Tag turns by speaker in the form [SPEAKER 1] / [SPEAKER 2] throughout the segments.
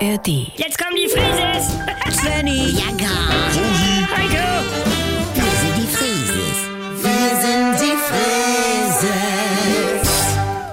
[SPEAKER 1] ARD.
[SPEAKER 2] Jetzt kommen die Frises!
[SPEAKER 3] Svenny,
[SPEAKER 4] Ja, gar.
[SPEAKER 2] Heiko!
[SPEAKER 4] Wir sind die Frieses. Wir sind die Frieses.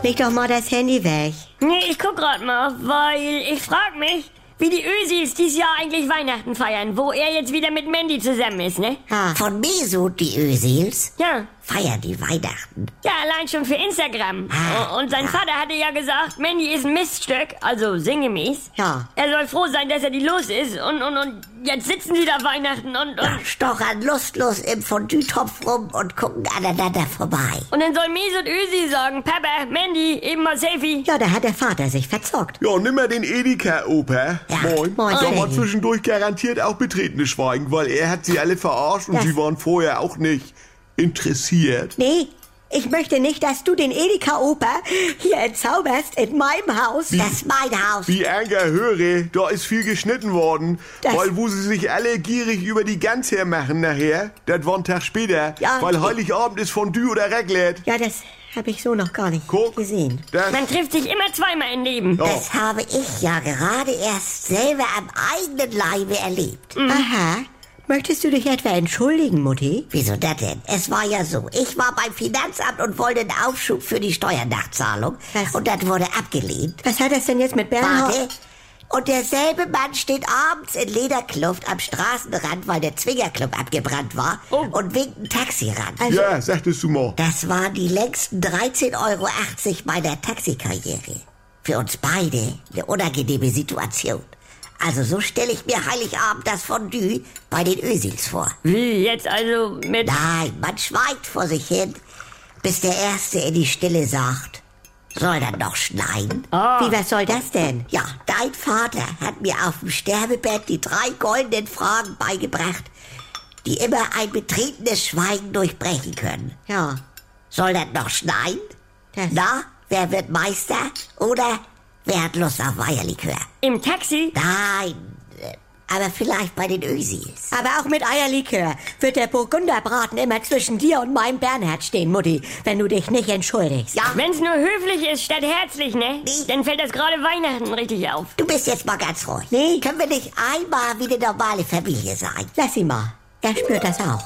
[SPEAKER 3] leg doch mal das Handy weg.
[SPEAKER 2] Nee, ich guck grad mal, weil ich frag mich, wie die Ösis dieses Jahr eigentlich Weihnachten feiern, wo er jetzt wieder mit Mandy zusammen ist, ne?
[SPEAKER 3] Ha,
[SPEAKER 4] Von Mesut, die Ösils,
[SPEAKER 2] Ja.
[SPEAKER 4] feiern die Weihnachten.
[SPEAKER 2] Ja, allein schon für Instagram.
[SPEAKER 4] Ah.
[SPEAKER 2] Und sein Vater hatte ja gesagt, Mandy ist ein Miststück, also sinngemäß.
[SPEAKER 3] ja.
[SPEAKER 2] Er soll froh sein, dass er die los ist. Und, und, und jetzt sitzen sie da Weihnachten und, und,
[SPEAKER 4] Stochern lustlos im Fondue-Topf rum und gucken aneinander vorbei.
[SPEAKER 2] und dann soll Mesut Ösi sagen, Papa, Mandy, eben mal Selfie.
[SPEAKER 3] Ja, da hat der Vater sich verzockt.
[SPEAKER 5] Ja, nimm mal den Edeka, Opa.
[SPEAKER 4] Ja,
[SPEAKER 5] moin.
[SPEAKER 3] moin,
[SPEAKER 5] Da war
[SPEAKER 3] Freddy.
[SPEAKER 5] zwischendurch garantiert auch betretenes Schweigen, weil er hat sie alle verarscht und
[SPEAKER 3] Das-
[SPEAKER 5] sie waren vorher auch nicht interessiert.
[SPEAKER 3] Nee, ich möchte nicht, dass du den Edeka-Oper hier entzauberst in meinem Haus.
[SPEAKER 4] Das ist mein Haus.
[SPEAKER 5] Wie Ärger höre, da ist viel geschnitten worden,
[SPEAKER 3] Das-
[SPEAKER 5] weil wo sie sich alle gierig über die Gans hermachen nachher, das war ein Tag später,
[SPEAKER 3] Ja,
[SPEAKER 5] weil
[SPEAKER 3] ich-
[SPEAKER 5] Heiligabend ist Fondue oder Raclette.
[SPEAKER 3] Ja, das habe ich so noch gar nicht
[SPEAKER 5] Guck,
[SPEAKER 3] gesehen.
[SPEAKER 5] das...
[SPEAKER 2] Man trifft sich immer zweimal im Leben.
[SPEAKER 5] Ja.
[SPEAKER 3] Oh.
[SPEAKER 4] Das habe ich ja gerade erst selber am eigenen Leibe erlebt.
[SPEAKER 3] Aha. Möchtest du dich etwa entschuldigen, Mutti?
[SPEAKER 4] Wieso das denn? Es war ja so, ich war beim Finanzamt und wollte einen Aufschub für die Steuernachzahlung.
[SPEAKER 3] Was?
[SPEAKER 4] Und das wurde abgelehnt.
[SPEAKER 3] Was hat das denn jetzt mit
[SPEAKER 4] Warte.
[SPEAKER 3] Bernhard?
[SPEAKER 4] Und derselbe Mann steht abends in Lederkluft am Straßenrand, weil der Zwingerclub abgebrannt war,
[SPEAKER 2] Oh.
[SPEAKER 4] und winkt ein Taxi ran.
[SPEAKER 3] Also-
[SPEAKER 5] ja, sagtest du mal.
[SPEAKER 4] Das waren die längsten 13,80 Euro meiner Taxikarriere. Für uns beide eine unangenehme Situation. Also so stelle ich mir Heiligabend das Fondue bei den Ösils vor.
[SPEAKER 2] Wie, jetzt also mit...
[SPEAKER 4] Nein, man schweigt vor sich hin, bis der Erste in die Stille sagt, soll dann noch schneiden?
[SPEAKER 3] Wie, was soll das denn?
[SPEAKER 4] Ja, dein Vater hat mir auf dem Sterbebett die drei goldenen Fragen beigebracht, die immer ein betretenes Schweigen durchbrechen können.
[SPEAKER 3] Ja,
[SPEAKER 4] Soll das noch schneien?
[SPEAKER 3] Das-
[SPEAKER 4] Na, wer wird Meister? Oder wer hat Lust auf Eierlikör?
[SPEAKER 2] Im Taxi?
[SPEAKER 4] Nein, äh, aber vielleicht bei den Ösis.
[SPEAKER 3] aber auch mit Eierlikör wird der Burgunderbraten immer zwischen dir und meinem Bernhard stehen, Mutti, wenn du dich nicht entschuldigst.
[SPEAKER 4] Ja,
[SPEAKER 2] Wenn's nur höflich ist statt herzlich, ne?
[SPEAKER 4] Nee.
[SPEAKER 2] Dann fällt das gerade Weihnachten richtig auf.
[SPEAKER 4] du bist jetzt mal ganz ruhig.
[SPEAKER 3] Nee.
[SPEAKER 4] Können wir nicht einmal wie eine normale Familie sein?
[SPEAKER 3] Lass sie mal. Er spürt das auch.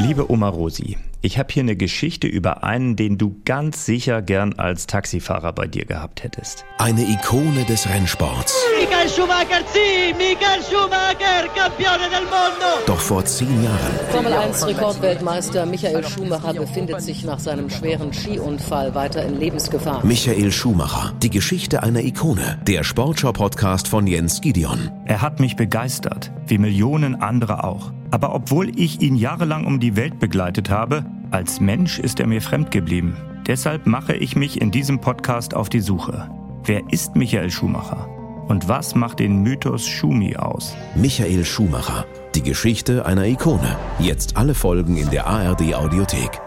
[SPEAKER 6] Liebe Oma Rosi, ich habe hier eine Geschichte über einen, den du ganz sicher gern als Taxifahrer bei dir gehabt hättest.
[SPEAKER 7] Eine Ikone des Rennsports.
[SPEAKER 8] Michael Schumacher, sì, Michael Schumacher, campione del mondo!
[SPEAKER 7] Doch vor zehn Jahren
[SPEAKER 9] Formel 1 Rekordweltmeister Michael Schumacher befindet sich nach seinem schweren Skiunfall weiter in Lebensgefahr.
[SPEAKER 7] Michael Schumacher. Die Geschichte einer Ikone. Der Sportschau-Podcast von Jens Gideon.
[SPEAKER 6] Er hat mich begeistert, wie Millionen andere auch. Aber obwohl ich ihn jahrelang um die Welt begleitet habe, als Mensch ist er mir fremd geblieben. Deshalb mache ich mich in diesem Podcast auf die Suche. Wer ist Michael Schumacher? Und was macht den Mythos Schumi aus?
[SPEAKER 7] Michael Schumacher. Die Geschichte einer Ikone. Jetzt alle Folgen in der ARD Audiothek.